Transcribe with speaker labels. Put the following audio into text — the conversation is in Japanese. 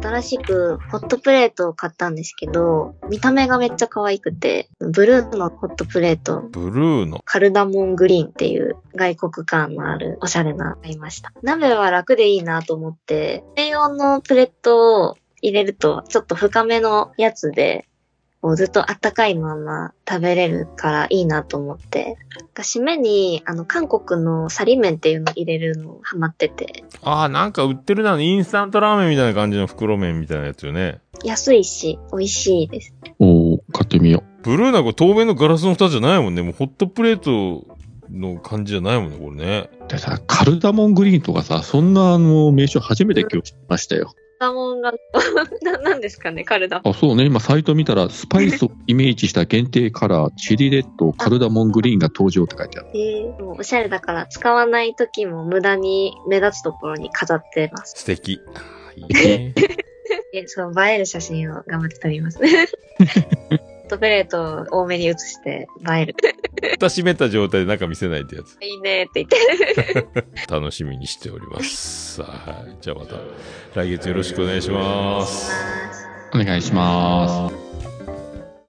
Speaker 1: 新しくホットプレートを買ったんですけど、見た目がめっちゃ可愛くて、ブルーのホットプレート、
Speaker 2: ブルーの。
Speaker 1: カルダモングリーンっていう外国感のあるおしゃれな買いました。鍋は楽でいいなと思って、低温のプレートを入れるとちょっと深めのやつで、こうずっと温かいまま食べれるからいいなと思って。なんか締めに、あの、韓国のサリ麺っていうの入れるのハマってて、
Speaker 2: ああ、なんか売ってるな。インスタントラーメンみたいな感じの袋麺みたいなやつよね。
Speaker 1: 安いし、美味しいです。
Speaker 3: おー、買ってみよ
Speaker 2: ブルーなんか透明のガラスの蓋じゃないもんね。もうホットプレートの感じじゃないもんね、これね。
Speaker 3: う。でさ、カルダモングリーンとかさ、そんなあの、名称初めて今日知りましたよ。
Speaker 1: カルダモンが、な、なんですかね、カルダモン
Speaker 3: あ、そうね。今サイト見たら、スパイスをイメージした限定カラー、チリレッド、カルダモングリーンが登場って書いてある。
Speaker 1: えー、もうおしゃれだから使わない時も無駄に目立つところに飾ってます。
Speaker 2: 素敵。あーいいね。
Speaker 1: で、その映える写真を頑張って撮りますね。ホットプレートを多めに写して映える。
Speaker 2: 蓋閉めた状態で中見せないってやつ。
Speaker 1: いいねって言って。
Speaker 2: 楽しみにしております。はい。じゃあまた、来月よろしくお願いします。
Speaker 3: お願いします。